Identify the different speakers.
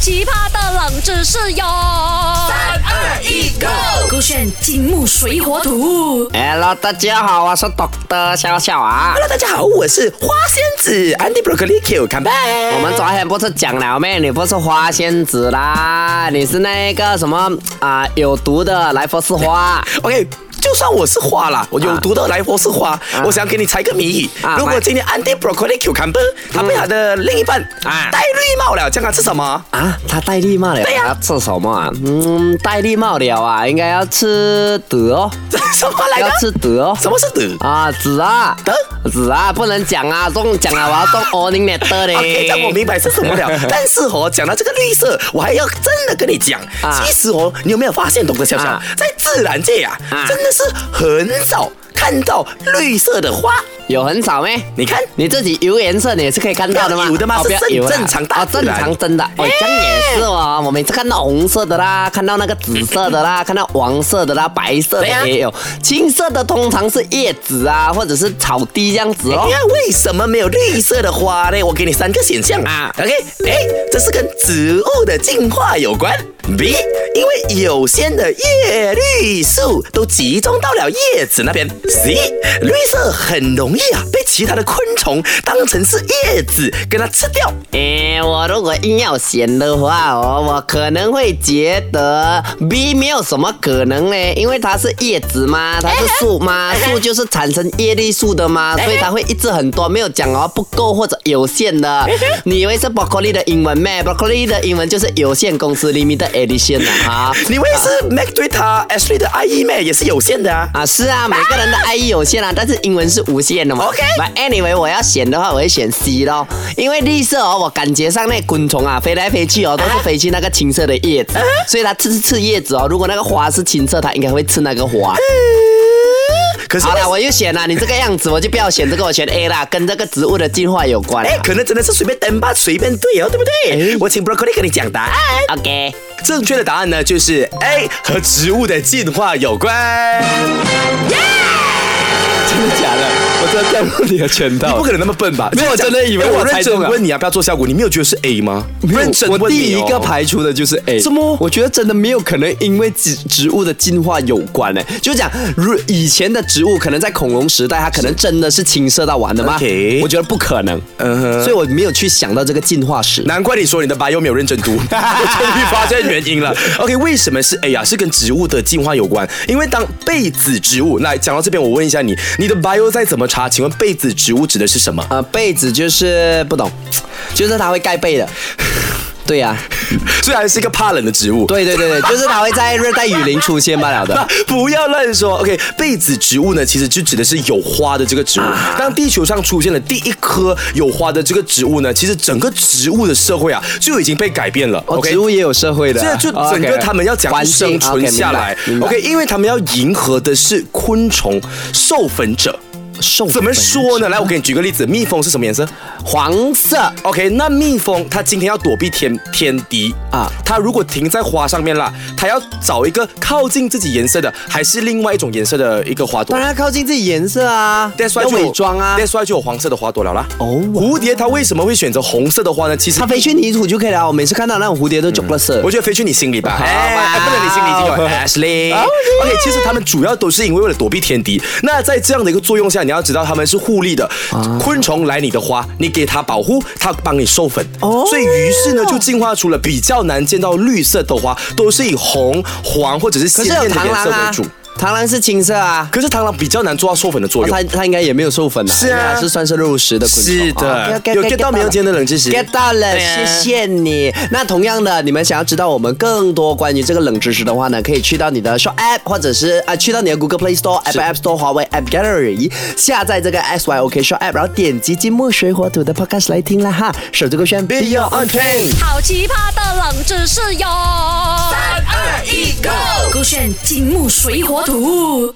Speaker 1: 奇葩的冷知识哟！三
Speaker 2: 二一，Go！
Speaker 1: 勾选金木水火土。
Speaker 3: Hello，大家好，我是 Doctor 笑笑啊。
Speaker 2: Hello，大家好，我是花仙子 Andy Broccoli Q，come back。
Speaker 3: 我们昨天不是讲了咩？你不是花仙子啦，你是那个什么啊、有毒的莱佛士花。
Speaker 2: OK。就算我是花啦，我有毒的来佛是花，我想给你猜个谜语。
Speaker 3: 啊
Speaker 2: 如果
Speaker 3: 快
Speaker 2: 今天 Andy Broccoli Cucumber 他被他的另一半
Speaker 3: 啊
Speaker 2: 戴绿帽了，这样他吃什么？
Speaker 3: 啊，他戴绿帽了，
Speaker 2: 对呀
Speaker 3: 他吃什么啊？嗯，戴绿帽了啊，应该要吃德哦，
Speaker 2: 什么啊来
Speaker 3: 要
Speaker 2: 的？
Speaker 3: 吃德哦。
Speaker 2: 什么是的？
Speaker 3: 啊，子啊，
Speaker 2: 德
Speaker 3: 子啊，不能讲啊，中讲了我要中欧宁的 德嘞。
Speaker 2: OK，这样我明白是什么 了。但是哦，讲到这个绿色，我还要真的跟你讲，
Speaker 3: 啊
Speaker 2: 其实哦，你有没有发现，懂得小小
Speaker 3: 啊，
Speaker 2: 在自然界呀
Speaker 3: 啊，
Speaker 2: 真的是很少看到绿色的花。
Speaker 3: 有很少咩？
Speaker 2: 你看，
Speaker 3: 你自己油颜色你也是可以看到的吗？
Speaker 2: 要油的吗
Speaker 3: 哦
Speaker 2: 是
Speaker 3: 不要
Speaker 2: 正
Speaker 3: 油啦
Speaker 2: 正常大
Speaker 3: 哦，
Speaker 2: 自
Speaker 3: 正
Speaker 2: 然
Speaker 3: 常真的。
Speaker 2: 哎
Speaker 3: 哦，这样也是哦。我每次看到红色的啦，看到那个紫色的啦，看到黄色的啦，白色的
Speaker 2: 嗯对啊
Speaker 3: 也有，青色的通常是叶子啊，或者是草地这样子哦
Speaker 2: 你。看哎为什么没有绿色的花呢？我给你三个选项
Speaker 3: 啊
Speaker 2: 啊。OK，A，这是跟植物的进化有关。B，因为有限的叶绿素都集中到了叶子那边。C，绿色很容易啊被其他的昆虫当成是叶子跟它吃掉。
Speaker 3: 诶，哎我如果硬要选的话哦，我可能会觉得 B 没有什么可能嘞，因为它是叶子嘛，它是树嘛，树就是产生叶绿素的嘛，所以它会一直很多，没有讲哦不够或者有限的。你以为是 broccoli 的英文咩？broccoli 的英文就是有限公司 limited edition 啊哈。
Speaker 2: 你为是 Mac 对他 Ashley 的爱意妹也是有限的啊。
Speaker 3: 啊，是啊，每个人的爱意有限啊，但是英文是无限的嘛。
Speaker 2: OK
Speaker 3: But anyway，我要选的话，我会选 C 咯，因为绿色哦，我感觉上那昆虫啊飞来飞去哦，都是飞去那个青色的叶
Speaker 2: 嗯
Speaker 3: 子，所以它吃吃叶子哦。如果那个花是青色，它应该会吃那个花。
Speaker 2: 可 是
Speaker 3: 嗯好
Speaker 2: 为
Speaker 3: 了，我又选啊了，你这个样子我就不要选这个，我选 A 啦，跟这个植物的进化有关啊。
Speaker 2: 哎，可能真的是随便登吧，随便对哦，对不
Speaker 3: 哎
Speaker 2: 对？我请 Broccoli 跟你讲答案。
Speaker 3: OK，
Speaker 2: 正确的答案呢，就是 A 和植物的进化有关。
Speaker 4: 真的假的？我真的掉入你的圈
Speaker 2: 你
Speaker 4: 套
Speaker 2: 不可。能那么笨吧？
Speaker 4: 没有我真的以为
Speaker 2: 哎我
Speaker 4: 我猜
Speaker 2: 认
Speaker 4: 中
Speaker 2: 真
Speaker 4: 了
Speaker 2: 问你啊，不要做效果，你没有觉得是 A 吗？
Speaker 4: 没有
Speaker 2: 认真
Speaker 4: 我
Speaker 2: 问你哦
Speaker 4: 第一个排除的就是 A，
Speaker 2: 什么
Speaker 4: 我觉得真的没有可能，因为植植物的进化有关呢。就讲如以前的植物，可能在恐龙时代，它可能真的是青色到完的吗
Speaker 2: OK
Speaker 4: 我觉得不可能，
Speaker 2: 嗯哼
Speaker 4: 所以我没有去想到这个进化史。
Speaker 2: 难怪你说你的 bio 没有认真 读，我终于发现原因了。OK，为什么是 A 啊？是跟植物的进化有关，因为当被子植物来讲到这边，我问一下你，你的 bio 再怎么查，请问被子植物指的是什么？
Speaker 4: 呃，被子就是不懂，就是它会盖被 的。对呀、
Speaker 2: 虽然是一个怕冷的植物，
Speaker 4: 对对对对，就是它会在热带雨林出现罢了的。
Speaker 2: 不要乱说。OK，被子植物呢，其实就指的是有花的这个植物。
Speaker 4: 啊
Speaker 2: 当地球上出现了第一棵有花的这个植物呢，其实整个植物的社会啊就已经被改变了。
Speaker 4: 哦，
Speaker 2: OK，
Speaker 4: 植物也有社会的
Speaker 2: 这
Speaker 4: 啊，
Speaker 2: 就
Speaker 4: 哦
Speaker 2: 整个
Speaker 4: OK，
Speaker 2: 他们要讲
Speaker 4: 环境
Speaker 2: 生存下来
Speaker 4: OK，明白明白
Speaker 2: ，OK，因为他们要迎合的是昆虫授粉者。
Speaker 4: 授粉
Speaker 2: 怎么说呢？来，我给你举个例子，蜜蜂是什么颜色？
Speaker 4: 黄色
Speaker 2: OK，那蜜蜂它今天要躲避天天敌
Speaker 4: 啊
Speaker 2: 啊，它如果停在花上面啦，它要找一个靠近自己颜色的，还是另外一种颜色的一个花朵
Speaker 4: 当？然要靠近自己颜色啊，
Speaker 2: That's why
Speaker 4: 要
Speaker 2: 就有
Speaker 4: 伪装啊
Speaker 2: That's。why 就有黄色的花朵了啦。
Speaker 4: 哦
Speaker 2: 蝴蝶它为什么会选择红色的花呢？其实
Speaker 4: 它飞去泥土就可以了。我每次看到那种蝴蝶都着了色。
Speaker 2: 我觉得飞去你心里吧，哎，
Speaker 4: 哇
Speaker 2: 不能你心里已经有 Ashley。OK，其实他们主要都是因为为了躲避天敌。那在这样的一个作用下，你要知道他们是互利的。
Speaker 4: 啊
Speaker 2: 昆虫来你的花，你给它保护，它帮你授粉。
Speaker 4: 哦
Speaker 2: 所以于是呢，就进化出了比较难见到绿色的花，都是以红、黄或者是
Speaker 4: 可
Speaker 2: 鲜
Speaker 4: 是
Speaker 2: 艳
Speaker 4: 有
Speaker 2: 的
Speaker 4: 螳
Speaker 2: 颜
Speaker 4: 螂
Speaker 2: 色为
Speaker 4: 啊
Speaker 2: 主。，
Speaker 4: 螳螂是青色啊。
Speaker 2: 可是螳螂比较难做到授粉的作
Speaker 4: 哦
Speaker 2: 用。
Speaker 4: 它它应该也没有授粉的，
Speaker 2: 是啊
Speaker 4: 因为它是算是肉食的昆虫。
Speaker 2: 是
Speaker 4: 哦
Speaker 2: 的，
Speaker 4: ，OK，OK，
Speaker 2: 有
Speaker 4: get
Speaker 2: get 到没有？今天的冷知识
Speaker 4: get 到了，
Speaker 2: 对啊
Speaker 4: 谢谢你。那同样的，你们想要知道我们更多关于这个冷知识的话呢，可以去到你的 Shop App，或者是啊、去到你的 Google Play Store、Apple App Store、华为 App Gallery 下载这个 SYOK Shop App，然后点击金木水火土的 Podcast 来听啦哈。手机勾选 Be Your Own Train。
Speaker 1: 好奇葩的冷知识哟！三二一，Go！勾选金木水火土。